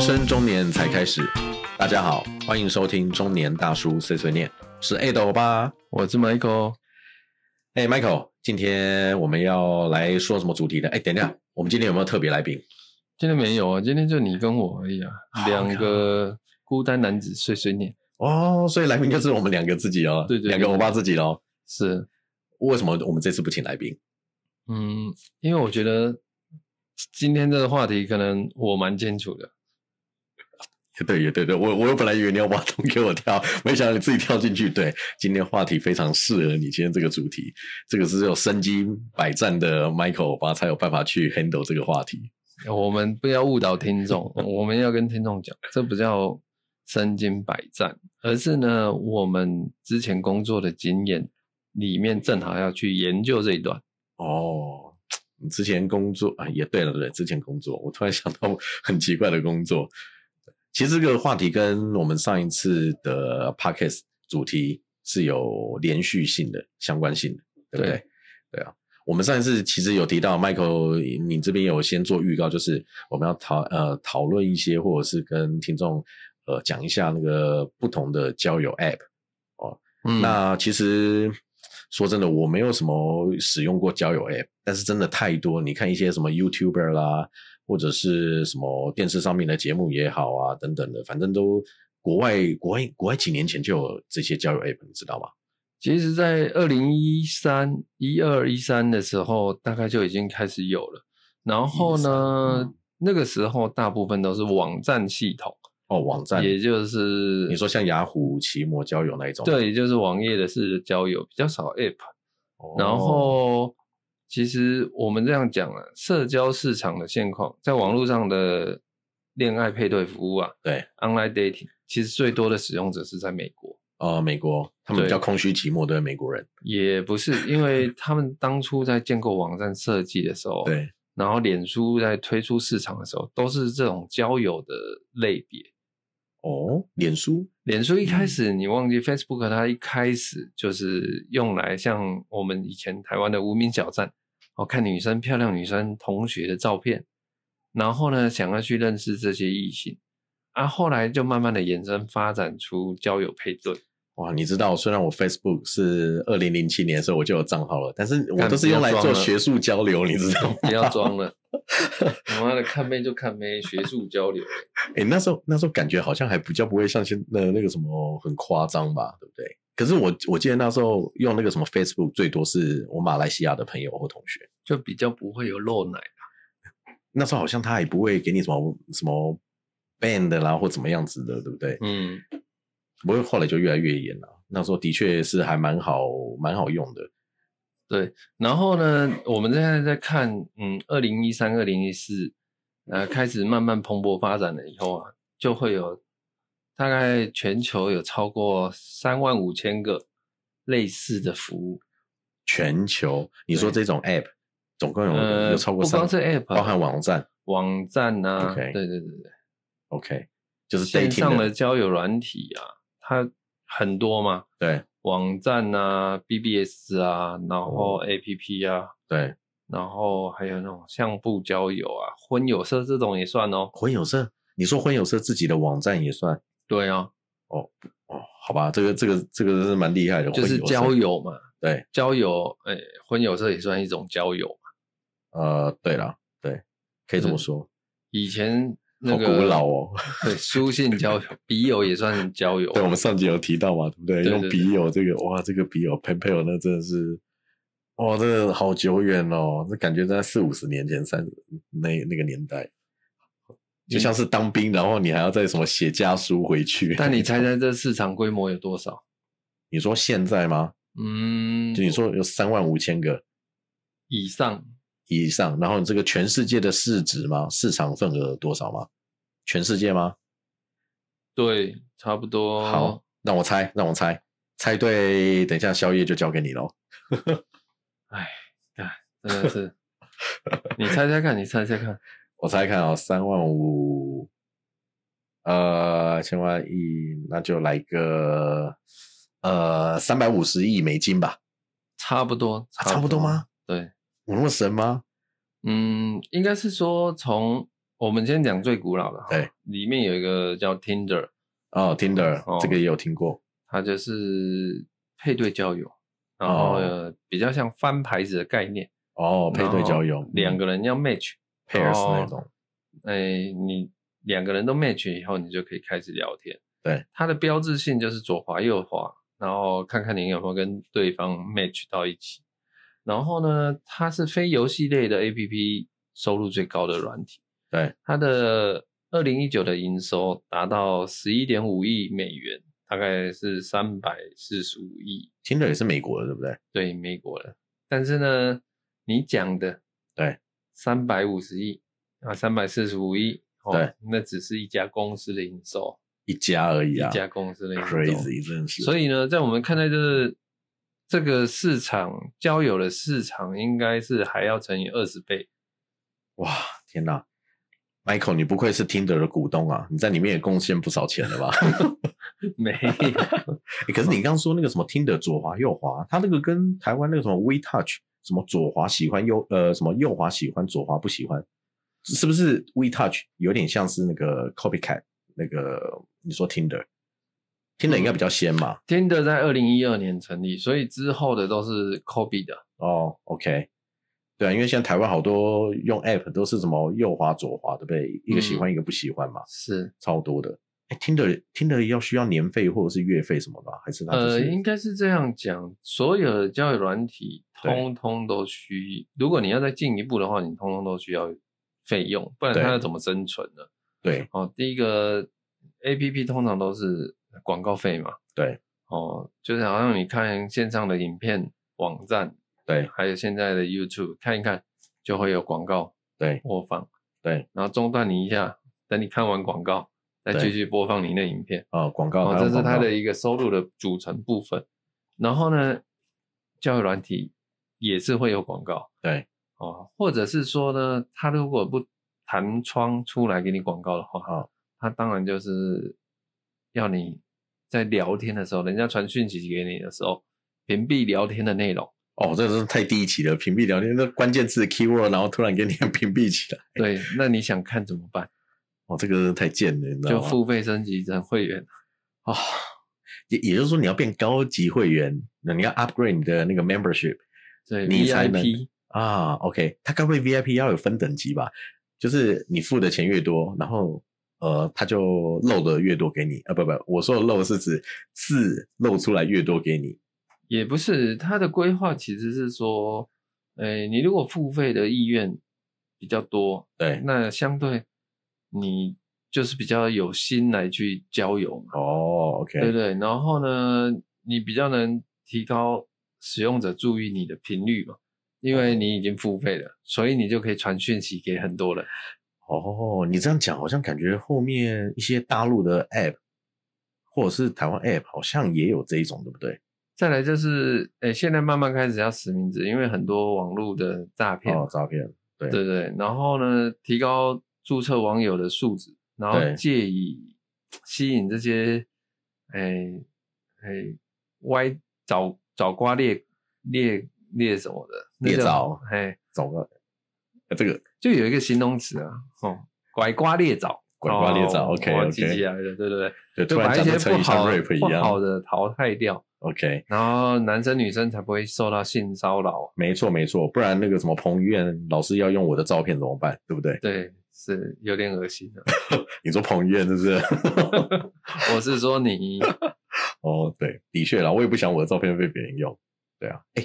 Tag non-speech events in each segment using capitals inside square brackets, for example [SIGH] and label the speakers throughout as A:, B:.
A: 生中年才开始。大家好，欢迎收听中年大叔碎碎念，是 A 豆吧？
B: 我是 Michael，
A: 哎、m i c h a e l 今天我们要来说什么主题呢？哎、等一下，我们今天有没有特别来宾？
B: 今天没有啊，今天就你跟我而已啊，
A: 好
B: 两个孤单男子碎碎念，
A: 哦，所以来宾就是我们两个自己哦，
B: 对对
A: 两个欧巴自己喽。
B: 是，
A: 为什么我们这次不请来宾？
B: 嗯，因为我觉得今天这个话题可能我蛮清楚的，
A: 对，也对，对我我本来以为你要挖洞给我跳， [LAUGHS] 没想到你自己跳进去。对，今天话题非常适合你今天这个主题，这个是有身经百战的 Michael 欧巴才有办法去 handle 这个话题。
B: 我们不要误导听众，我们要跟听众讲，这不叫身经百战，而是呢我们之前工作的经验里面正好要去研究这一段，
A: 哦，你之前工作啊，也对了，对，之前工作，我突然想到很奇怪的工作。其实这个话题跟我们上一次的 podcast 主题是有连续性的、相关性的，对不对？
B: 对
A: 对啊，我们上一次其实有提到，Michael，你这边有先做预告，就是我们要讨呃讨论一些，或者是跟听众呃讲一下那个不同的交友 app。
B: 嗯，
A: 那其实说真的，我没有什么使用过交友 app，但是真的太多。你看一些什么 YouTuber 啦，或者是什么电视上面的节目也好啊，等等的，反正都国外国外国外几年前就有这些交友 app，你知道吗？
B: 其实，在二零一三、一二、一三的时候，大概就已经开始有了。然后呢，
A: 嗯
B: 那个时候大部分都是网站系统，
A: 哦，网站，
B: 也就是
A: 你说像雅虎、奇摩交友那一种，
B: 对，也就是网页的是交友，比较少 App。
A: 哦，
B: 然后，其实我们这样讲啊，社交市场的现况，在网络上的恋爱配对服务啊
A: 对，
B: ，online dating，其实最多的使用者是在美国。
A: 呃，美国他们
B: 对
A: 比较空虚寂寞的美国人，
B: 也不是，因为他们当初在建构网站设计的时候，
A: 对，
B: 然后脸书在推出市场的时候，都是这种交友的类别。
A: 哦，脸书，
B: 脸书一开始你忘记 Facebook，它一开始就是用来像我们以前台湾的无名小站，哦，看女生漂亮女生同学的照片，然后呢想要去认识这些异性，啊，后来就慢慢的衍生发展出交友配对。
A: 哇，你知道，虽然我 Facebook 是二零零七年的时候我就有账号了，但是我都是用来
B: 干不
A: 做
B: 要装了
A: 学术交流，你知道吗？
B: 不要装了，他妈的看妹就看妹，学术交流。
A: 哎、那时候那时候感觉好像还比较不会像现那那个什么很夸张吧，对不对？可是我我记得那时候用那个什么 Facebook 最多是我马来西亚的朋友或同学，
B: 就比较不会有漏奶。
A: 那时候好像他也不会给你什么什么 ban 的啦或怎么样子的，对不对？
B: 嗯，
A: 不过后来就越来越严了。那时候的确是还蛮好蛮好用的，
B: 对。然后呢，我们现在在看，嗯，二零一三、二零一四，呃，开始慢慢蓬勃发展了以后啊，就会有大概全球有超过三万五千个类似的服务。
A: 全球你说
B: 对
A: 这种 app 总共有、
B: 呃，
A: 有超过
B: 不
A: 三
B: 光是 app，
A: 包含网站。
B: 网站啊
A: OK
B: 对对对对，
A: OK，就是
B: 线
A: dating
B: 上
A: 的
B: 的交友软体啊，它很多嘛。
A: 对
B: 网站啊、BBS 啊，然后
A: 哦
B: APP 啊，
A: 对，
B: 然后还有那种相簿交友啊、婚友社这种也算哦。
A: 婚友社，你说婚友社自己的网站也算
B: 对啊，
A: 哦？好吧，这个这个这个是蛮厉害的，
B: 就是
A: 婚
B: 交
A: 友社
B: 友嘛，
A: 对，
B: 交友，哎，婚友社也算一种交友嘛。
A: 呃，对了，对，可以这么
B: 嗯
A: 说，
B: 以前那
A: 好
B: 个
A: 古老哦。
B: 对，书信交友、笔友也算交友。
A: 对，我们上集有提到嘛，对不对？
B: 对对
A: 用笔友这个，哇，这个笔友 p e n p a l 那真的是，哇，真的好久远哦，这感觉在四五十年前、三那那个年代。
B: 嗯
A: 就像是当兵，然后你还要再什么写家书回去。
B: 但你猜猜这市场规模有多少？
A: 你说现在吗？
B: 嗯，
A: 就你说有三万五千个，
B: 以上
A: 以上，然后你这个全世界的市值吗？市场份额多少吗？全世界吗？
B: 对，差不多。
A: 好，让我猜，让我猜，猜对，等一下宵夜就交给你喽。
B: 真的是，你猜猜看，你猜猜看，
A: 我猜看哦，三万五，呃，千万亿，那就来个呃三百五十亿美金吧、
B: 差不多，
A: 啊差不多吗？
B: 对，
A: 我那么神吗？
B: 嗯，应该是说从我们先讲最古老的，
A: 对，
B: 里面有一个叫 Tinder，
A: 哦，Tinder、
B: 哦
A: 这个也有听过，
B: 它就是配对交友，然后、
A: 哦
B: 呃、比较像翻牌子的概念，
A: 哦，配对交友
B: 然后，两个人哦要 match，
A: 嗯 pairs 那种，
B: 哎、你两个人都 match 以后，你就可以开始聊天。
A: 对，
B: 它的标志性就是左滑右滑，然后看看你有没有跟对方 match 到一起。然后呢，它是非游戏类的 APP 收入最高的软体，
A: 对，
B: 它的二零一九的营收达到十一点五亿美元，大概是三百四十五亿，
A: Tinder 也是美国的，对不对？
B: 对美国人。但是呢，你讲的
A: 对
B: 三百五十亿啊，三百四十五亿，哦、
A: 对，
B: 那只是一家公司的营收，
A: 一家而已啊
B: 一家公司的营收。
A: ，crazy 真的是，
B: 所
A: 以
B: 以呢，在我们看待就是这个市场交友的市场，应该是还要乘以二十倍。
A: 哇，天哪！Michael，你不愧是 Tinder 的股东啊！你在里面也贡献不少钱了吧？ [LAUGHS]
B: 没 [LAUGHS] 有，
A: 欸可是你刚刚说那个什么 Tinder 左滑右滑，它那个跟台湾那个什么 We Touch 什么左滑喜欢右呃什么右滑喜欢左滑不喜欢，是不是 We Touch 有点像是那个 Copycat 那个你说 Tinder？Tinder 应该比较先嘛？
B: 天德在二零一二年成立，所以之后的都是 copy 的。
A: 哦，OK，对啊，因为现在台湾好多用 App 都是什么右滑左滑，对不对？一个喜欢一个不喜欢嘛，
B: 是，
A: 超多的。哎，Tinder Tinder 要需要年费或者是月费什么的吗，还是它就
B: 呃，
A: 是、
B: 应该是这样讲，所有的交友软体
A: 对
B: 通通都需，如果你要再进一步的话，你通通都需要费用，不然
A: 对
B: 它要怎么生存呢？
A: 对
B: 哦，第一个 A P P 通常都是广告费嘛，
A: 对，
B: 哦，就是好像你看线上的影片网站，
A: 对
B: 还有现在的 YouTube 看一看，就会有广告
A: 对
B: 播放，
A: 对，
B: 然后中断你一下，等你看完广告，再
A: 对
B: 继续播放你的影片，
A: 啊、广告，
B: 哦，
A: 还有
B: 这是
A: 广
B: 它
A: 告
B: 的一个收入的组成部分。然后呢，教育软体也是会有广告
A: 对
B: 哦，或者是说呢，它如果不弹窗出来给你广告的话，
A: 啊。
B: 他当然就是要你在聊天的时候，人家传讯息给你的时候，屏蔽聊天的内容。
A: 哦，这真是太低级了！屏蔽聊天那关键字 keyword，然后突然给你 [LAUGHS] 屏蔽起来，
B: 对，那你想看怎么办？
A: 哦，这个真的太贱了，你知道
B: 就
A: 吗？
B: 付费升级成会员。
A: 哦，也也就是说你要变高级会员，那你要 upgrade 你的那个 membership
B: 对
A: 你才能
B: ，VIP
A: 啊。OK，它该不会 VIP 要有分等级吧？就是你付的钱越多，然后呃，它就漏的越多给你啊，不不，我说的漏是指字漏出来越多给你
B: 也不是他的规划，其实是说，哎，你如果付费的意愿比较多，
A: 对
B: 那相对你就是比较有心来去交友嘛。
A: 哦，OK，
B: 对对，然后呢，你比较能提高使用者注意你的频率嘛，因为你已经付费了，所以你就可以传讯息给很多人。
A: 哦，你这样讲，好像感觉后面一些大陆的 App 或者是台湾 App 好像也有这一种，对不对？
B: 再来就是，哎，现在慢慢开始要实名制，因为很多网络的诈骗，
A: 哦，诈骗，对
B: 对对。然后呢，提高注册网友的素质，然后
A: 对
B: 借以吸引这些，哎哎歪找找瓜猎猎猎什么的那
A: 猎
B: 叫什
A: 枣
B: 么哎。
A: 找个呃这个
B: 就有一个形容词啊，哦，拐瓜裂枣，
A: 拐瓜裂枣
B: 哦
A: OK，
B: 我
A: OK
B: 记起来了，对对对，
A: 对，
B: 就
A: 突然
B: 把一
A: 讲
B: 些
A: 的成
B: 不
A: 语像
B: 好
A: rap
B: 不
A: 一
B: 好
A: 样。
B: 的淘汰掉，
A: OK，
B: 然后男生女生才不会受到性骚扰。
A: 没错没错，不然那个什么彭于晏老师要用我的照片怎么办？对不对？
B: 对，是有点恶心的。啊
A: 你说彭于晏是不 [LAUGHS] 是？
B: 我是说
A: [LAUGHS]
B: 你，
A: 哦，对，的确啦，我也不想我的照片被别人用。对啊，哎，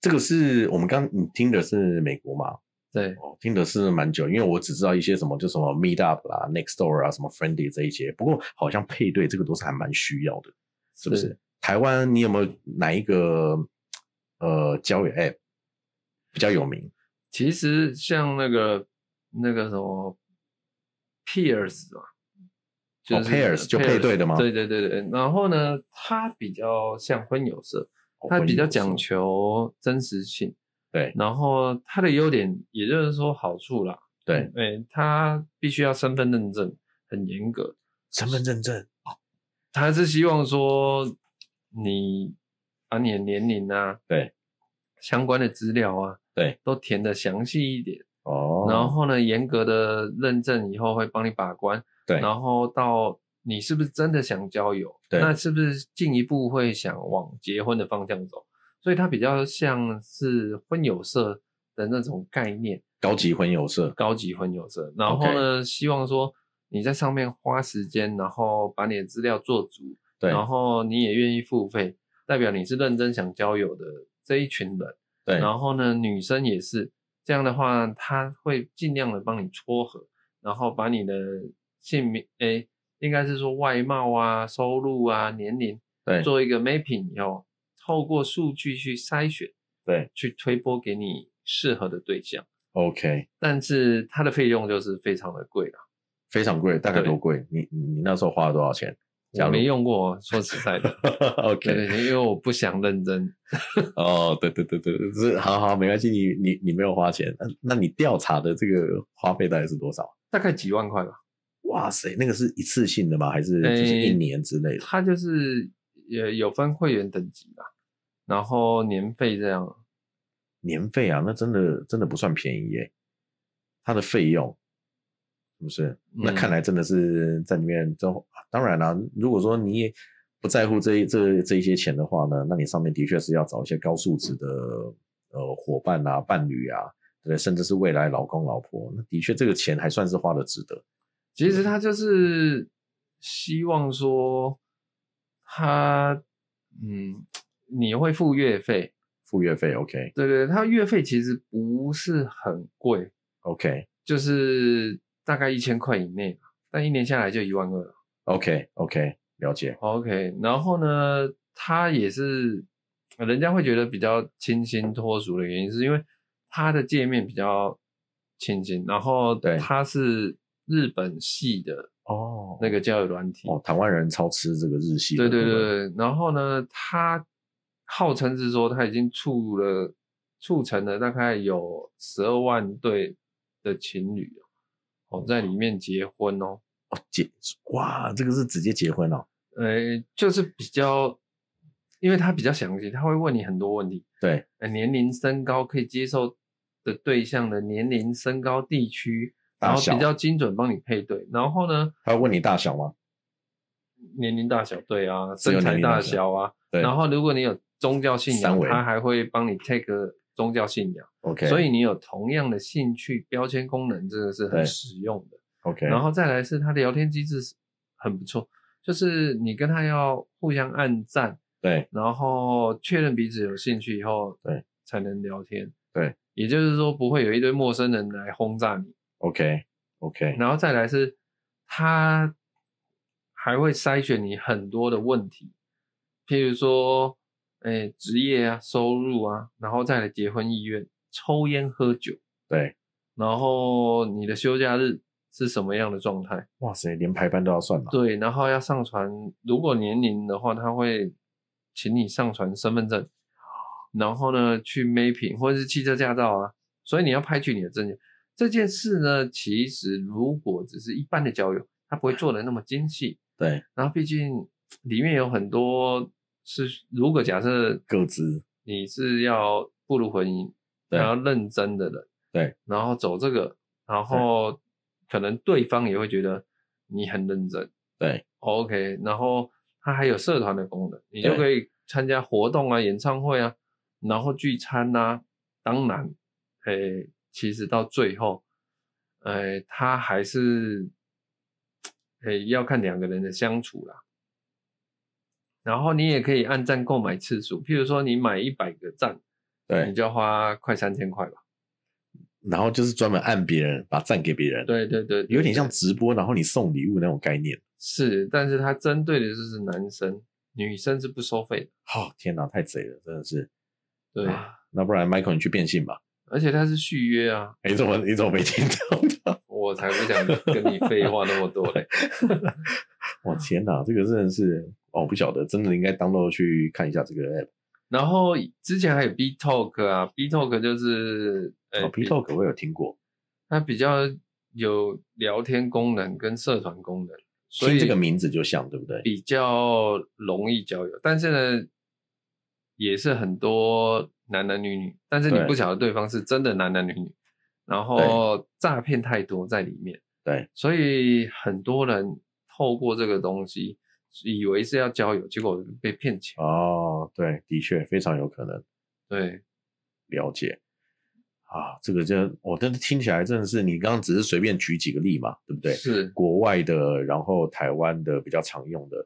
A: 这个是我们刚你听的是美国嘛？
B: 对
A: 哦，听的是蛮久，因为我只知道一些什么，就什么 Meet Up 啦、Next Door 啊、什么 Friendly 这一些。不过好像配对这个都是还蛮需要的，是不是？
B: 是
A: 台湾你有没有哪一个呃交友 App 比较有名？
B: 其实像那个那个什么 Peers 嘛，就
A: 哦
B: 是
A: Pairs，就配对的吗
B: 对对对对。然后呢，它比较像婚友社，
A: 哦
B: 它比较
A: 婚友社
B: 讲求真实性。
A: 对
B: 然后它的优点，也就是说好处啦，
A: 对
B: 哎，它必须要身份认证很严格，
A: 身份认证
B: 它是希望说你把你的年龄啊，
A: 对，
B: 相关的资料啊，
A: 对，
B: 都填的详细一点，
A: 哦，
B: 然后呢，严格的认证以后会帮你把关，
A: 对，
B: 然后到你是不是真的想交友，
A: 对
B: 那是不是进一步会想往结婚的方向走？所以它比较像是婚友社的那种概念，
A: 高级婚友社，
B: 高级婚友社。然后呢希望说你在上面花时间，然后把你的资料做足，
A: 对
B: 然后你也愿意付费，代表你是认真想交友的这一群人。
A: 对，
B: 然后呢，女生也是这样的话，她会尽量的帮你撮合，然后把你的姓名，诶，应该是说外貌啊、收入啊、年龄
A: 对
B: 做一个 mapping 以后，透过数据去筛选，
A: 对
B: 去推播给你适合的对象。
A: ，OK，
B: 但是它的费用就是非常的贵啦，
A: 非常贵，大概
B: 对
A: 多贵？你你你那时候花了多少钱假
B: 我
A: 如
B: 没用过，哦说实在的，对对
A: [LAUGHS] ？OK，
B: 对，因为我不想认真。
A: 哦，对对对对，是，好好，没关系，你你你没有花钱，那那你调查的这个花费大概是多少？
B: 大概几万块吧，
A: 哇塞，那个是一次性的吗？还是就是
B: 诶
A: 一年之类的？
B: 它就是也有分会员等级啦，然后年费这样，
A: 年费啊，那真的真的不算便宜耶，它的费用是不是？那看
B: 嗯
A: 来真的是在里面真，当然啦、如果说你也不在乎这一这这一些钱的话呢，那你上面的确是要找一些高素质的呃伙伴啊、伴侣啊，对，甚至是未来老公老婆，那的确这个钱还算是花的值得。
B: 其实他就是希望说他，嗯，你会付月费，
A: 付月费，OK
B: 对对，他月费其实不是很贵，
A: OK
B: 就是大概一千块以内吧，但一年下来就一万二了。
A: OK OK，了解。
B: OK，然后呢，他也是人家会觉得比较清新脱俗的原因，是因为它的界面比较清新，然后
A: 对
B: 它是日本系的
A: 哦
B: 那个交友软体，
A: 哦，台湾人超吃这个日系的
B: 对
A: 部
B: 对
A: 分，
B: 对对，然后呢，他号称是说他已经促了促成了大概有十二万对的情侣哦，在里面结婚哦，
A: 哦，结哇，这个是直接结婚哦。
B: 呃，就是比较，因为他比较详细，他会问你很多问题，
A: 对，
B: 呃，年龄、身高、可以接受的对象的年龄、身高、地区，然
A: 大
B: 后比
A: 小
B: 较精准帮你配对，然后呢，
A: 他会问你大小吗？
B: 年龄大小对啊，
A: 只有
B: 身材
A: 年龄
B: 大
A: 大小
B: 小啊，
A: 对
B: 然后如果你有宗教信
A: 三
B: 仰，
A: 围
B: 他还会帮你 take 宗教信仰，
A: ，OK，
B: 所以你有同样的兴趣标签功能，真的是
A: 对
B: 很实用的。
A: OK，
B: 然后再来是他的聊天机制是很不错，就是你跟他要互相按赞，
A: 对
B: 然后确认彼此有兴趣以后，
A: 对，
B: 才能聊天。
A: 对，
B: 也就是说不会有一堆陌生人来轰炸你。
A: ，OK OK，
B: 然后再来是他还会筛选你很多的问题，譬如说，哎，职业啊、收入啊，然后再来结婚意愿、抽烟、喝酒，
A: 对，
B: 然后你的休假日是什么样的状态？
A: 哇塞，连排班都要算嘛？
B: 对，然后要上传，如果年龄的话，他会请你上传身份证，然后呢去 mapping 或者是汽车驾照啊，所以你要拍取你的证件。这件事呢，其实如果只是一般的交友，他不会做的那么精细。
A: 对，
B: 然后毕竟里面有很多是，如果假设
A: 各自
B: 你是要步入婚姻，
A: 对
B: 然后认真的人，
A: 对，
B: 然后走这个，然后可能对方也会觉得你很认真。
A: 对
B: OK，然后它还有社团的功能，你就
A: 对
B: 可以参加活动啊、演唱会啊，然后聚餐啊。当然，诶、其实到最后，诶、它还是，诶、要看两个人的相处啦。然后你也可以按赞购买次数，譬如说你买一百个赞，你
A: 对，
B: 就要花快三千块吧。
A: 然后就是专门按别人，把赞给别人，，
B: 对对对，
A: 有点像
B: 对
A: 直播，然后你送礼物那种概念。
B: 是，但是它针对的就是男生，女生是不收费的。
A: 哦，天哪，太贼了，真的是。
B: 对，
A: 啊那不然，Michael 你去变性吧？
B: 而且它是续约啊，
A: 你怎么你怎么没听到 [LAUGHS] 的？
B: 我才不想跟你废话那么多 [LAUGHS] 嘞。
A: 我天哪，这个真的是哦，我不晓得，真的应该 download 去看一下这个 app。
B: 然后之前还有 B Talk 啊，B Talk 就是呃
A: 哦 p t o k 我有听过，
B: 它比较有聊天功能跟社团功能，所
A: 听
B: 以
A: 这个名字就像，对不对？
B: 比较容易交友。但是呢，也是很多男男女女，但是你
A: 对
B: 不晓得对方是真的男男女女然后诈骗太多在里面，
A: 对，
B: 所以很多人透过这个东西，以为是要交友，结果被骗钱。
A: 哦，对，的确非常有可能
B: 对，
A: 了解啊，这个就我真的听起来真的是你刚刚只是随便举几个例嘛，对不对？
B: 是，
A: 国外的，然后台湾的比较常用的。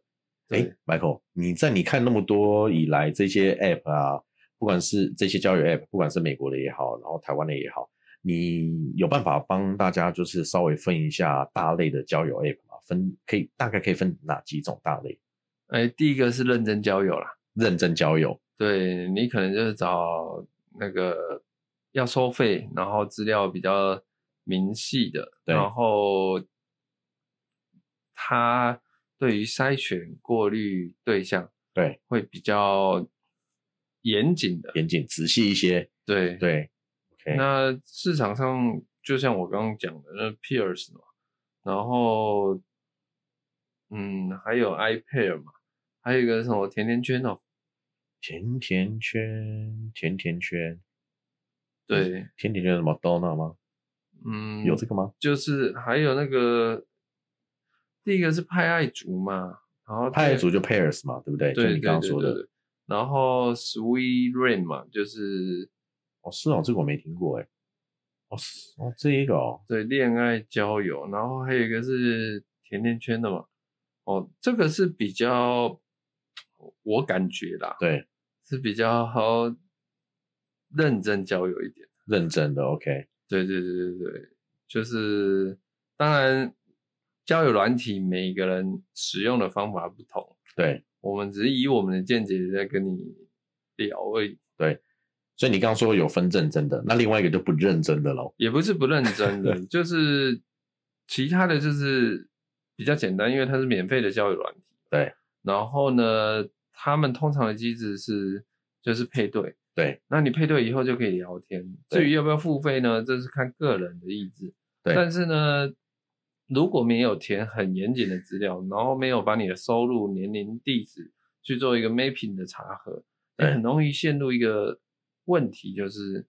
A: 哎
B: 对，
A: ，Michael，你在你看那么多以来这些 App 啊，不管是这些交友 App，不管是美国的也好，然后台湾的也好，你有办法帮大家就是稍微分一下大类的交友 App 吗？分可以大概可以分哪几种大类？
B: 哎，第一个是认真交友啦，
A: 认真交友，
B: 对你可能就是找那个要收费，然后资料比较明细的，
A: 对
B: 然后他对于筛选过滤对象
A: 对，
B: 会比较严谨的，
A: 严谨仔细一些，
B: 对。
A: 对，OK，
B: 那市场上就像我刚刚讲的那 Peers 嘛，然后嗯，还有 iPair 嘛，还有一个什么甜甜圈哦，
A: 甜甜圈，甜甜圈，
B: 对，
A: 甜甜圈什么 Dona 吗？
B: 嗯，
A: 嗯有这个吗？
B: 就是还有那个第一个是派爱族嘛，然后
A: 派
B: 第二
A: 组就 Pairs 嘛，对不对？
B: 对
A: 就
B: 对
A: 你
B: 对
A: 刚刚
B: 对
A: 说
B: 对
A: 的。
B: 对，然后 Sweet Rain 嘛，就是
A: 哦，是哦，这个我没听过哎。哦，是哦，这一个哦，
B: 对恋爱交友，然后还有一个是甜甜圈的嘛，哦，这个是比较我感觉啦，
A: 对，
B: 是比较好认真交友一点。
A: 认真的 OK，
B: 对对对对对，就是当然交友软体每个人使用的方法不同。
A: 对。
B: 我们只是以我们的见解在跟你聊而已，
A: 所以你刚刚说有分认真的，那另外一个就不认真的喽。
B: 也不是不认
A: [LAUGHS]
B: 真的，就是其他的就是比较简单，因为它是免费的交友软体。
A: 对。
B: 然后呢，他们通常的机制是就是配对，
A: 对，
B: 那你配对以后就可以聊天。
A: 对
B: 至于要不要付费呢，这是看个人的意志。
A: 对
B: 但是呢，如果没有填很严谨的资料，然后没有把你的收入、年龄、地址去做一个 mapping 的查核，你
A: 对
B: 很容易陷入一个问题，就是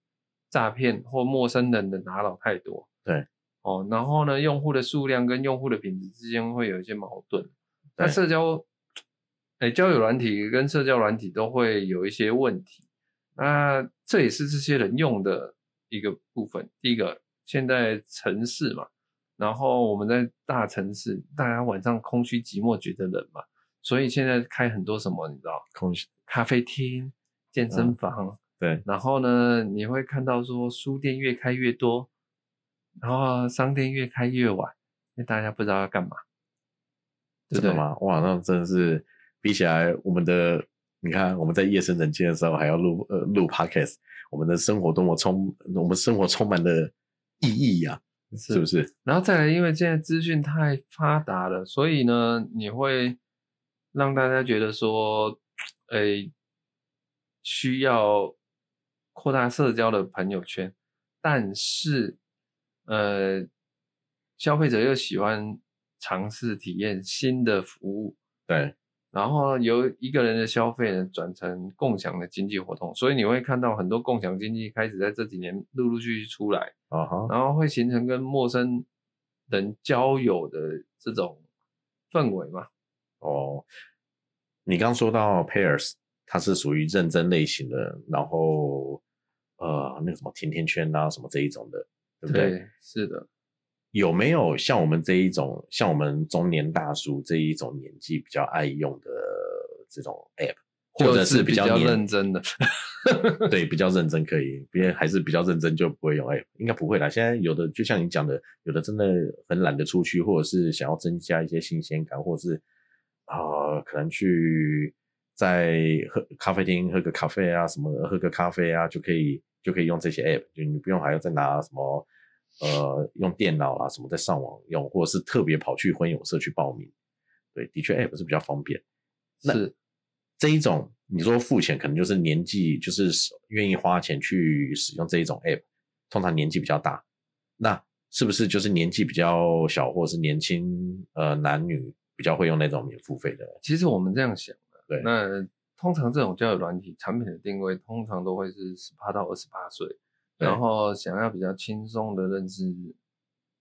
B: 诈骗或陌生人的打扰太多。
A: 对。
B: 哦，然后呢，用户的数量跟用户的品质之间会有一些矛盾。那
A: 对
B: 社交，哎，交友软体跟社交软体都会有一些问题。那这也是这些人用的一个部分。第一个，现在城市嘛，然后我们在大城市，大家晚上空虚寂寞觉得冷嘛，所以现在开很多什么，你知道，
A: 空虚
B: 咖啡厅、健身
A: 嗯
B: 房，
A: [LAUGHS] 对
B: 然后呢，你会看到说书店越开越多，然后商店越开越晚，因为大家不知道要干嘛，对
A: 真
B: 不对
A: 的？吗？哇，那真的是比起来我们的，你看我们在夜深人静的时候还要录呃录 podcast，我们的生活多么充，我们生活充满了意义呀、是不是？
B: 然后再来，因为现在资讯太发达了，所以呢，你会让大家觉得说，诶，需要扩大社交的朋友圈，但是，呃，消费者又喜欢尝试体验新的服务，
A: 对
B: 然后由一个人的消费呢转成共享的经济活动，所以你会看到很多共享经济开始在这几年陆陆续续出来。
A: 啊哈，
B: 然后会形成跟陌生人交友的这种氛围嘛。
A: 哦，你刚说到 Pairs，它是属于认真类型的，然后呃，那个什么甜甜圈啊，什么这一种的，对不对？
B: 是的，
A: 有没有像我们这一种，像我们中年大叔这一种年纪比较爱用的这种 App，或者
B: 就是比
A: 较年
B: 认真的。
A: 对，比较认真可以，别人还是比较认真就不会用 app，应该不会啦。现在有的就像你讲的，有的真的很懒得出去，或者是想要增加一些新鲜感，或者是啊、呃可能去在喝咖啡厅喝个咖啡啊，什么的喝个咖啡啊，就可以就可以用这些 app，就你不用还要再拿什么呃用电脑啊什么在上网用，或者是特别跑去婚友社去报名。对，的确 app 是比较方便。那
B: 是
A: 这一种，你说付钱可能就是年纪，就是使愿意花钱去使用这一种 app，通常年纪比较大。那是不是就是年纪比较小，或是年轻呃男女比较会用那种免付费的？
B: 其实我们这样想啊的，
A: 对
B: 那通常这种交友软体产品的定位，通常都会是十八到二十八岁，
A: 对
B: 然后想要比较轻松的认识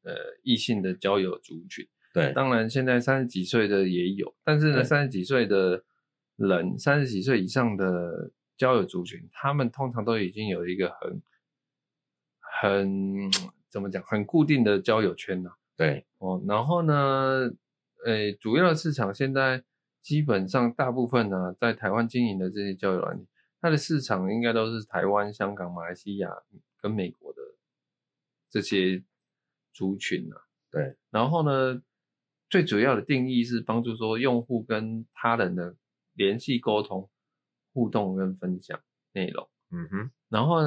B: 呃异性的交友族群。
A: 对
B: 当然，现在三十几岁的也有，但是呢，
A: 对
B: 三十几岁的人，三十几岁以上的交友族群，他们通常都已经有一个很很怎么讲，很固定的交友圈了。
A: 对
B: 哦，然后呢，呃，主要的市场现在基本上大部分呢、在台湾经营的这些交友软件，它的市场应该都是台湾、香港、马来西亚跟美国的这些族群啊。
A: 对，
B: 然后呢，最主要的定义是帮助说用户跟他人的联系、沟通、互动跟分享内容。
A: 嗯哼，
B: 然后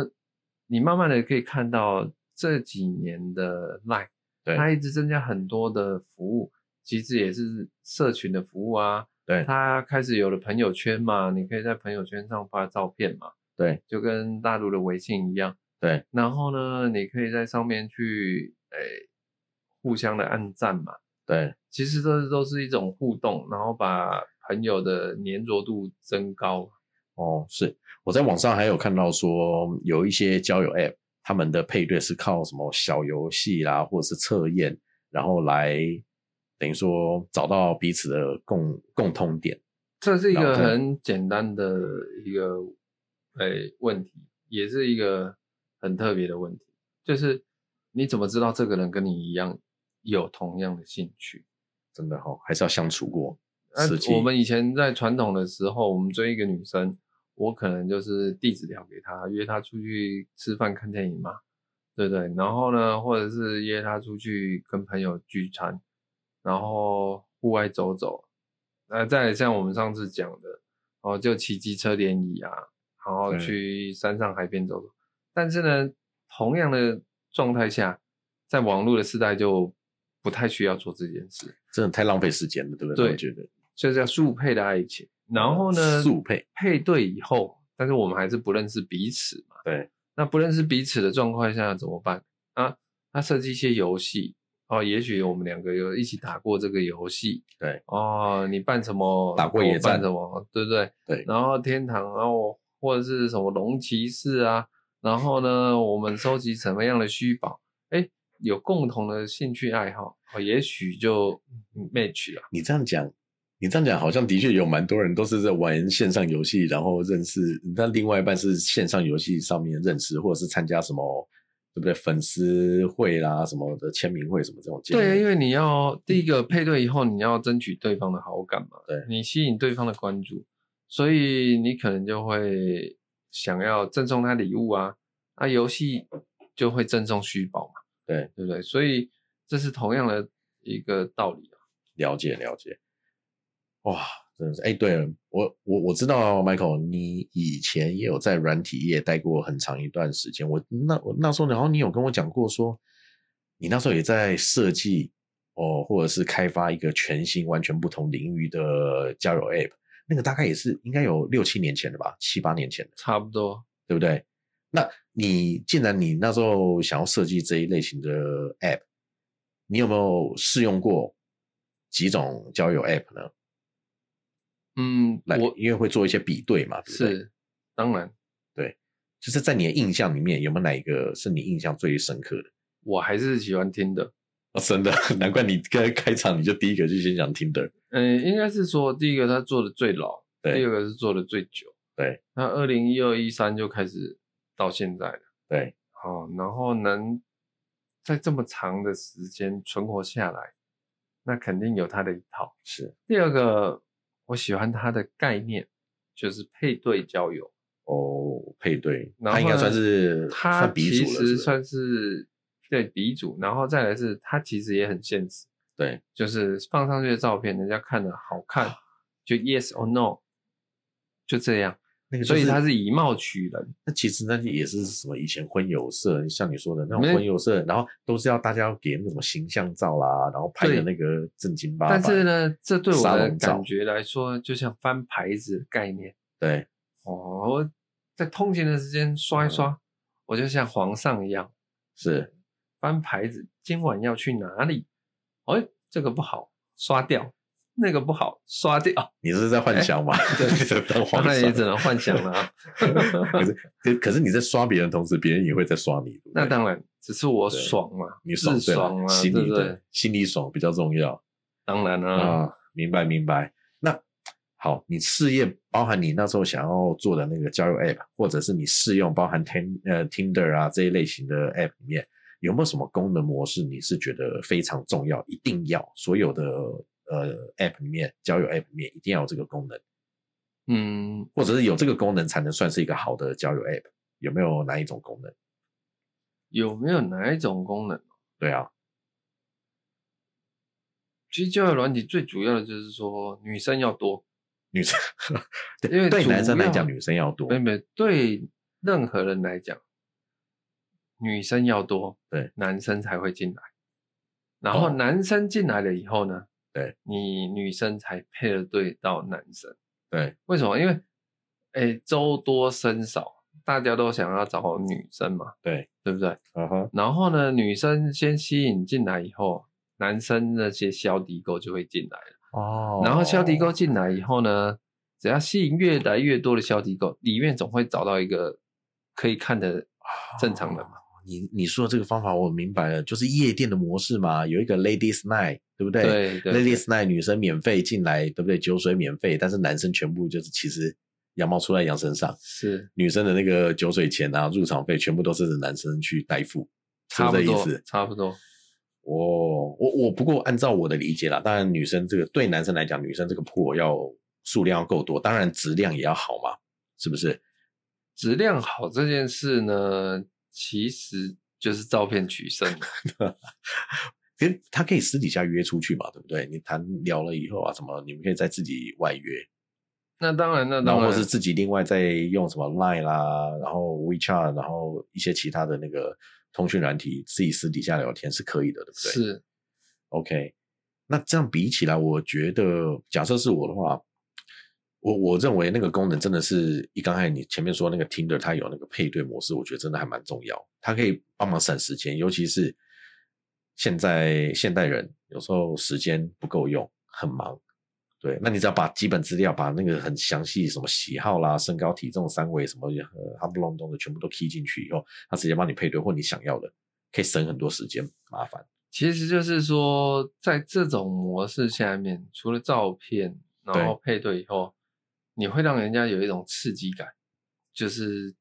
B: 你慢慢的可以看到这几年的 Line，
A: 对
B: 它一直增加很多的服务，其实也是社群的服务啊。
A: 对
B: 它开始有了朋友圈嘛，你可以在朋友圈上发照片嘛，
A: 对，
B: 就跟大陆的微信一样。
A: 对，
B: 然后呢，你可以在上面去诶、互相的按赞嘛，
A: 对
B: 其实这都是一种互动，然后把朋友的粘着度增高。
A: 哦，是我在网上还有看到说有一些交友 App，他们的配对是靠什么小游戏啦，或者是测验，然后来等于说找到彼此的共共通点。
B: 这是一
A: 然
B: 个
A: 后再
B: 很简单的一个诶、问题，也是一个很特别的问题，就是你怎么知道这个人跟你一样有同样的兴趣？
A: 真的哦，还是要相处过。
B: 那
A: 实际
B: 我们以前在传统的时候，我们追一个女生，我可能就是地址聊给她，约她出去吃饭看电影嘛，对不对？然后呢，或者是约她出去跟朋友聚餐，然后户外走走。那再来像我们上次讲的，哦，就骑机车联谊啊，然后
A: 对
B: 去山上海边走走。但是呢，同样的状态下，在网络的时代就不太需要做这件事。
A: 真的太浪费时间了，对不
B: 对
A: 对？我觉得。
B: 这叫速配的爱情。然后呢，
A: 速配
B: 配对以后，但是我们还是不认识彼此嘛。
A: 对，
B: 那不认识彼此的状况下怎么办啊？他设计一些游戏哦，也许我们两个有一起打过这个游戏。
A: 对，
B: 哦，你扮什么？
A: 打过野战
B: 我扮什么？对不对？
A: 对
B: 然后天堂，然后或者是什么龙骑士啊，然后呢，我们收集什么样的虚宝？哎，有共同的兴趣爱好，哦，也许就 match 了。
A: 你这样讲，你这样讲好像的确有蛮多人都是在玩线上游戏，然后认识，那另外一半是线上游戏上面认识，或者是参加什么，对不对？粉丝会啦，什么的签名会什么这种见面
B: 对，因为你
A: 嗯
B: 要第一个配对以后，你要争取对方的好感嘛，
A: 对
B: 你吸引对方的关注，所以你可能就会想要赠送他礼物啊，啊，游戏就会赠送虚宝嘛，
A: 对
B: 对不对？所以这是同样的一个道理啊。
A: 了解了解。哇，真的是哎，对了我我我知道啊 Michael，你以前也有在软体业待过很长一段时间。我那我那时候，然后你有跟我讲过说，你那时候也在设计哦，或者是开发一个全新、完全不同领域的交友 App。那个大概也是应该有六七年前的吧，七八年前的，
B: 差不多，
A: 对不对？那你既然你那时候想要设计这一类型的 App，你有没有试用过几种交友 App 呢？
B: 嗯，
A: 来，
B: 我
A: 因为会做一些比对嘛，对不对？
B: 是当然，
A: 就是在你的印象里面，有没有哪一个是你印象最深刻的？
B: 我还是喜欢听的。
A: 哦、真的， [LAUGHS] 难怪你跟开场你就第一个就先讲 Tinder，
B: 嗯，应该是说第一个他做的最老，第
A: 对
B: 二个是做的最久，
A: 对，
B: 那二零一二一三就开始到现在了。
A: 对
B: 哦，然后能在这么长的时间存活下来，那肯定有它的一套。
A: 是
B: 第二个，我喜欢它的概念，就是配对交友，
A: 哦，配对，
B: 然
A: 他
B: 后
A: 应该
B: 呢
A: 算是
B: 它
A: 算鼻祖
B: 其
A: 了，是不
B: 实
A: 是
B: 算是对鼻祖，然后再来是它其实也很现实，
A: 对
B: 就是放上去的照片，人家看了好看，就 yes or no，就这样，
A: 那个、
B: 所以它是以貌取人。
A: 那其实那也是什么以前婚友社，像你说的那种
B: 没
A: 婚友社，然后都是要大家要给那种形象照啦，然后拍
B: 对
A: 的那个正经八百。
B: 但是，呢，这对我
A: 沙
B: 的
A: 龙照
B: 感觉来说，就像翻牌子的概念。
A: 对
B: 哦，我在通勤的时间
A: 嗯
B: 刷一刷，我就像皇上一样
A: 是
B: 翻牌子，今晚要去哪里？哎，这个不好，刷掉。那个不好
A: [LAUGHS]
B: 刷掉，
A: 你是在幻想吗？
B: 哎 [LAUGHS] 对
A: [LAUGHS] 当
B: 当
A: 皇
B: 然也只
A: 上。
B: 能幻想了啊。
A: [LAUGHS] 可是，可可是你在刷别人的同时，别人也会在刷你。对不对
B: 那当然，只是我
A: 对
B: 爽嘛，
A: 你
B: 是
A: 爽对
B: 爽
A: 了，
B: 嘛，
A: 心
B: 对
A: 里
B: 不对
A: 的？心里爽比较重要
B: 当然啊，
A: 啊。明白明白。那好，你事业包含你那时候想要做的那个交友 App，或者是你试用包含 Tin 呃 Tinder 啊这一类型的 App 里面，有没有什么功能模式你是觉得非常重要，一定要所有的呃 App 里面交友 App 里面一定要有这个功能，
B: 嗯，
A: 或者是有这个功能才能算是一个好的交友 App？有没有哪一种功能？
B: 有没有哪一种功能？
A: 对啊，
B: 其实交友软体最主要的就是说，女生要多，
A: 女生 [LAUGHS]
B: 因为
A: 对对
B: 主
A: 男生来
B: 要
A: 讲，女生要多
B: 没。没对任何人来讲，女生要多，
A: 对，
B: 男生才会进来。然后
A: 哦
B: 男生进来了以后呢，
A: 对，
B: 你女生才配得对到男生。
A: 对
B: 为什么？因为，哎，周多生少，大家都想要找女生嘛，
A: 对，
B: 对不对？
A: 啊哈，
B: 然后呢，女生先吸引进来以后，男生那些消敌沟就会进来了。
A: 哦
B: 然后消敌沟进来以后呢，只要吸引越来越多的消敌沟，里面总会找到一个可以看的正
A: 哦
B: 常人嘛。
A: 你你说的这个方法我明白了，就是夜店的模式嘛，有一个 Ladies Night，对不对？
B: 对对
A: l a d i e s Night 女生免费进来，对不对？酒水免费，但是男生全部就是其实羊毛出在羊身上，
B: 是
A: 女生的那个酒水钱啊、入场费全部都是男生去代付，是
B: 差
A: 不
B: 不
A: 是这意
B: 多
A: 思？，
B: 差不多。
A: 我我我不过按照我的理解啦，当然女生这个对男生来讲，女生这个破要数量要够多，当然质量也要好嘛，是不是？
B: 质量好这件事呢，其实就是照片取胜
A: [LAUGHS]
B: 嘛。
A: 因为他可以私底下约出去嘛，对不对？你谈聊了以后啊，什么你们可以再自己外约，
B: 那当然，那
A: 然
B: 当
A: 后
B: 然
A: 或是自己另外再用什么 Line 啦，然后 WeChat，然后一些其他的那个通讯软体，自己私底下聊天是可以的，对不对？
B: 是
A: OK，那这样比起来，我觉得假设是我的话，我我认为那个功能真的是一刚才你前面说那个 Tinder 它有那个配对模式，我觉得真的还蛮重要，它可以帮忙省时间，尤其是现在现代人有时候时间不够用，很忙。对，那你只要把基本资料，把那个很详细什么喜好啦、身高、体重、三围什么呃哈不隆咚的全部都 key 进去以后，它直接帮你配对或你想要的，可以省很多时间麻烦。
B: 其实就是说，在这种模式下面，除了照片，然后配对以后，你会让人家有一种刺激感，就是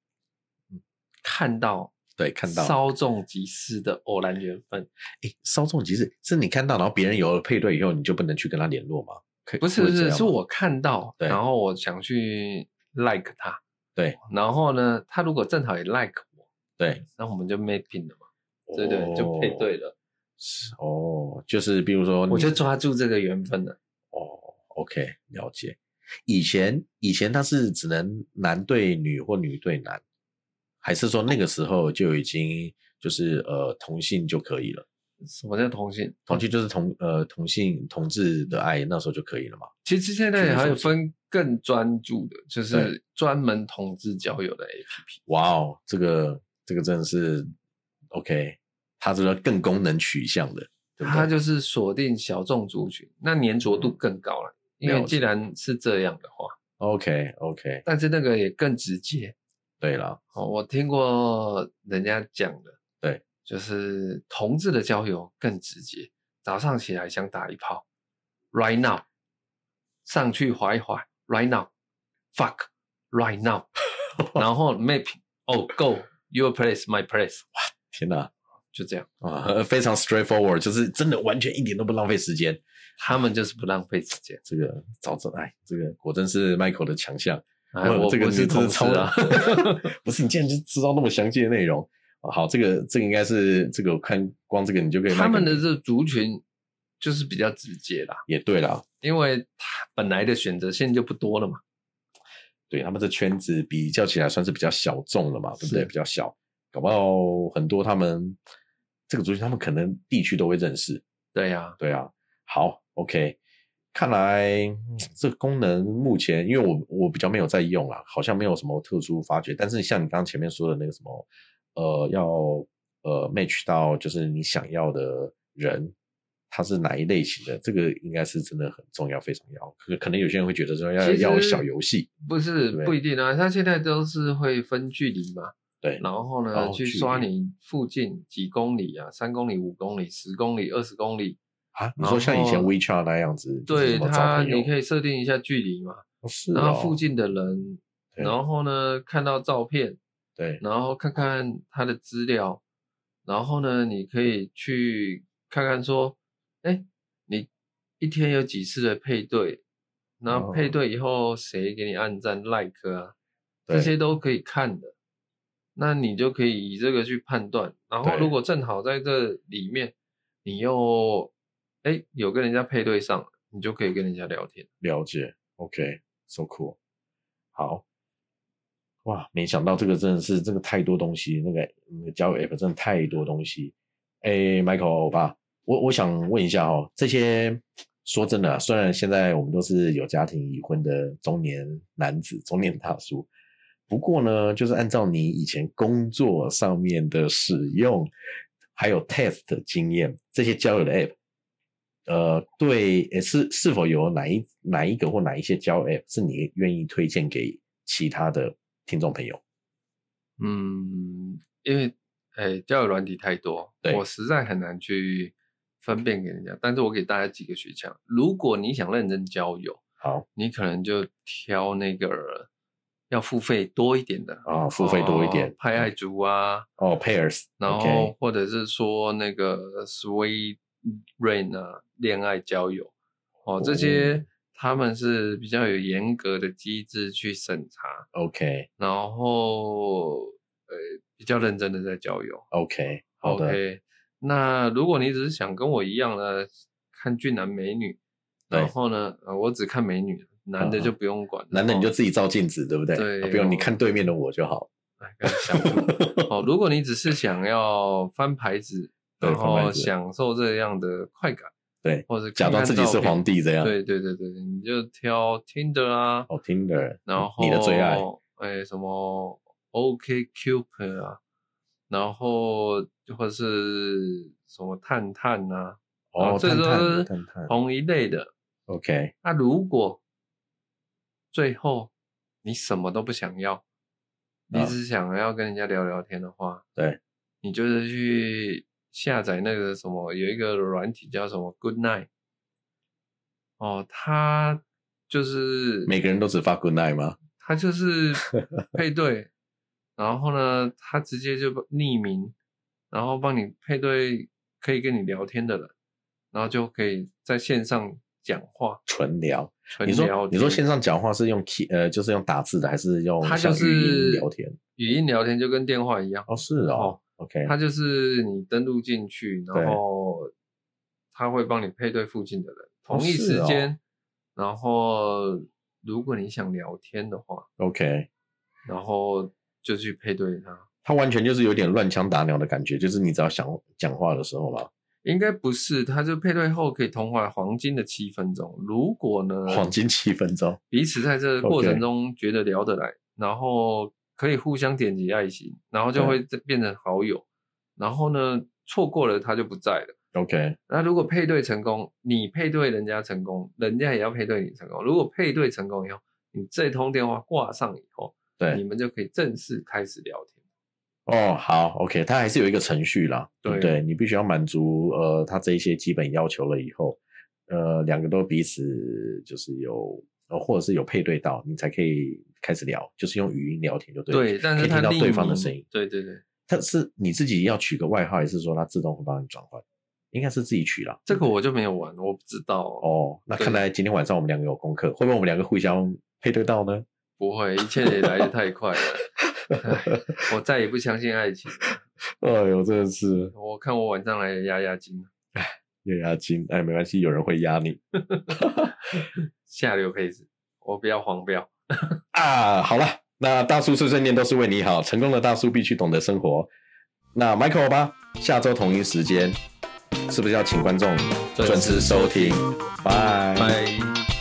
B: 嗯看到
A: 对，看到
B: 稍纵即逝的偶然缘分。
A: 诶，稍纵即逝，是你看到，然后别人有了配对以后，你就不能去跟他联络吗？可以
B: 不是不
A: 会这
B: 是，
A: 样
B: 是
A: 吗
B: 我看到，
A: 对
B: 然后我想去 like 他，
A: 对
B: 然后呢，他如果正好也 like 我，
A: 对
B: 那我们就 mapping 了嘛，对对，就配对了，
A: 哦，哦就是比如说你，
B: 我就抓住这个缘分了。
A: 哦，OK，了解。以前以前他是只能男对女或女对男，还是说那个时候就已经就是呃同性就可以了？
B: 什么叫同性？
A: 同性就是同呃同性同志的爱，那时候就可以了嘛？
B: 其实现在
A: 确实
B: 还有
A: 是
B: 分更专注的，就
A: 对
B: 是专门统治交友的 APP。
A: 哇哦，这个这个真的是 OK，它这个更功能取向的，对不
B: 它
A: 对？
B: 就是锁定小众族群，那粘着度更高了。因为
A: 了
B: 既
A: 解
B: 然是这样的话，
A: OK OK，
B: 但是那个也更直接
A: 对了，
B: 哦。我听过人家讲的，
A: 对，
B: 就是同志的交友更直接。早上起来想打一炮，right now，上去划一划，right now，fuck
A: [LAUGHS]
B: right now，然后 map，哦、go your place my place，
A: 天哪
B: 就这样。
A: 啊，非常 straightforward，就是真的完全一点都不浪费时间。
B: 他们就是不浪费时间。
A: 这个早知哎，这个果真是 Michael 的强项。
B: 哎，
A: 哇
B: 我
A: 这个
B: 不
A: 你
B: 是
A: 真
B: 同
A: 的
B: 事
A: 超
B: 啊，
A: [LAUGHS] 不是你竟然就知道那么详细的内容。啊好，这个这个应该是这个我看光这个你就可以。
B: [LAUGHS] 他们的这族群就是比较直接啦，
A: 也对啦，
B: 因为他本来的选择线就不多了嘛。
A: 对他们这圈子比较起来算是比较小众了嘛，对不对？
B: 是
A: 比较小，搞不好很多他们这个族群，他们可能地区都会认识。
B: 对呀、
A: 对啊，好，OK。看来、嗯这个功能目前，因为我我比较没有在用啦，好像没有什么特殊发掘。但是像你刚刚前面说的那个什么，呃，要呃 match 到就是你想要的人，它是哪一类型的，这个应该是真的很重要，非常要。可可能有些人会觉得说要
B: 其实
A: 要小游戏，
B: 不是
A: 对
B: 不一定啊，他现在都是会分距离嘛，
A: 对
B: 然后呢、
A: 哦
B: 去
A: 距离
B: 刷你附近几公里啊，三公里、五公里、十公里、二十公里，
A: 啊，你说像以前
B: 然后
A: WeChat 那样子，就是
B: 对
A: 什么找
B: 他
A: 朋友
B: 你可以设定一下距离嘛，
A: 哦是
B: 然
A: 哦
B: 后附近的人，
A: 对
B: 然后呢看到照片，
A: 对
B: 然后看看他的资料，然后呢你可以去看看说，哎，你一天有几次的配对，然后配
A: 哦
B: 对以后谁给你按赞 like 啊，这
A: 对
B: 些都可以看的。那你就可以以这个去判断，然后
A: 对
B: 如果正好在这里面，你又哎有跟人家配对上了，你就可以跟人家聊天。
A: 了解，OK，so、cool，好，哇，没想到这个真的是这个太多东西，那个那个交友 app 真的太多东西。哎，Michael 欧巴，我我想问一下哦，这些说真的啊、虽然现在我们都是有家庭已婚的中年男子、中年大叔，不过呢，就是按照你以前工作上面的使用，还有 test 的经验，这些交友的 app。呃，对，呃是是否有哪一哪一个或哪一些交友 App 是你愿意推荐给其他的听众朋友？
B: 嗯，因为哎交友软体太多，
A: 对
B: 我实在很难去分辨给人家。但是我给大家几个选项，如果你想认真交友，
A: 好
B: 你可能就挑那个要付费多一点的，
A: 啊，付费多一点
B: 哦派爱族啊，
A: 哦，Pairs，
B: 然
A: OK，
B: 后或者是说那个 Sweet Rain 啊，恋爱交友哦，这些他们是比较有严格的机制去审查，
A: OK
B: 然后呃比较认真的在交友。
A: OK，好的
B: OK，那如果你只是想跟我一样呢，看俊男美女，然
A: 对嗯
B: 后呢，呃我只看美女，男的就不用管，
A: 男的你就
B: 然后
A: 自己照镜子，对不对？
B: 哦对哦
A: 啊不用你看对面的我就好。
B: 哎跟想不哦，如果你只是想要翻牌子，
A: 对
B: 然
A: 翻牌
B: 后
A: 子
B: 享受这样的快感，
A: 对，
B: 或者
A: 假
B: 看
A: 装
B: 看
A: 自己是
B: 照片
A: 皇帝这样。
B: 对对对对，你就挑 Tinder 啊，
A: 哦，Tinder，
B: 然后
A: 你的最爱，
B: 哎，什么 OK Cupid 啊，然后或者是什么探探啊，
A: 哦，
B: 这
A: 探
B: 都
A: 探
B: 是
A: 探探
B: 同一类的。
A: ，OK，
B: 那如果最后你什么都不想要，你
A: 啊
B: 只想要跟人家聊聊天的话，
A: 对，
B: 你就是去下载那个什么，有一个软体叫什么 Good Night，哦，它就是
A: 每个人都只发 Good night 吗？
B: 它就是
A: [LAUGHS]
B: 配对，然后呢，它直接就帮匿名，然后帮你配对可以跟你聊天的人，然后就可以在线上讲话。
A: 纯聊，
B: 纯
A: 你
B: 聊
A: 说你
B: 天
A: 说线上讲话是用 key 呃，就是用打字的，还是用
B: 它就
A: 像语音
B: 是
A: 聊天？
B: 语音聊天就跟电话一样，
A: 哦，是
B: 哦
A: 哦，OK，
B: 它就是你登录进去，
A: 对
B: 然后它会帮你配对附近的人，同
A: 哦
B: 一
A: 是
B: 时
A: 哦
B: 间。然后如果你想聊天的话，
A: OK，
B: 然后就去配对他。
A: 他完全就是有点乱枪打鸟的感觉，就是你只要想讲话的时候嘛，
B: 应该不是，他就配对后可以通话黄金的七分钟。如果呢，
A: 黄金七分钟， [LAUGHS]
B: 彼此在这个过
A: OK
B: 程中觉得聊得来，然后可以互相点击爱心，然后就
A: 对
B: 会变成好友。然后呢，错过了他就不在了。
A: OK，
B: 那如果配对成功，你配对人家成功，人家也要配对你成功。如果配对成功以后，你这通电话挂上以后，你
A: 对，
B: 们就可以正式开始聊天。
A: 哦，好，OK，他还是有一个程序啦，
B: 对
A: 对不对？你必须要满足呃他这一些基本要求了以后，呃，两个都彼此就是有呃或者是有配对到，你才可以开始聊，就是用语音聊天就对了。
B: 对，但
A: 可
B: 是
A: 以
B: 他
A: 听到
B: 匿
A: 对方的
B: 名
A: 声音。
B: 对对对，
A: 他是你自己要取个外号，还是说他自动会帮你转换？应该是自己取啦。
B: 这个我就没有玩，我不知道哦，
A: 哦，那
B: 对
A: 看来今天晚上我们两个有功课，会不会我们两个互相配对到呢？
B: 不会，一切也来得太快了。唉我再也不相信爱情了。
A: 哎呦，真的是
B: 我看我晚上来压压惊，
A: 有押金，哎，没关系，有人会压你
B: 下流配置，我不要黄标。
A: 啊。好了，那大叔碎碎念都是为你好，成功的大叔必须懂得生活。那 Michael 吧，下周同一时间，是不是要请观众
B: 准
A: 准时收听？拜
B: 拜。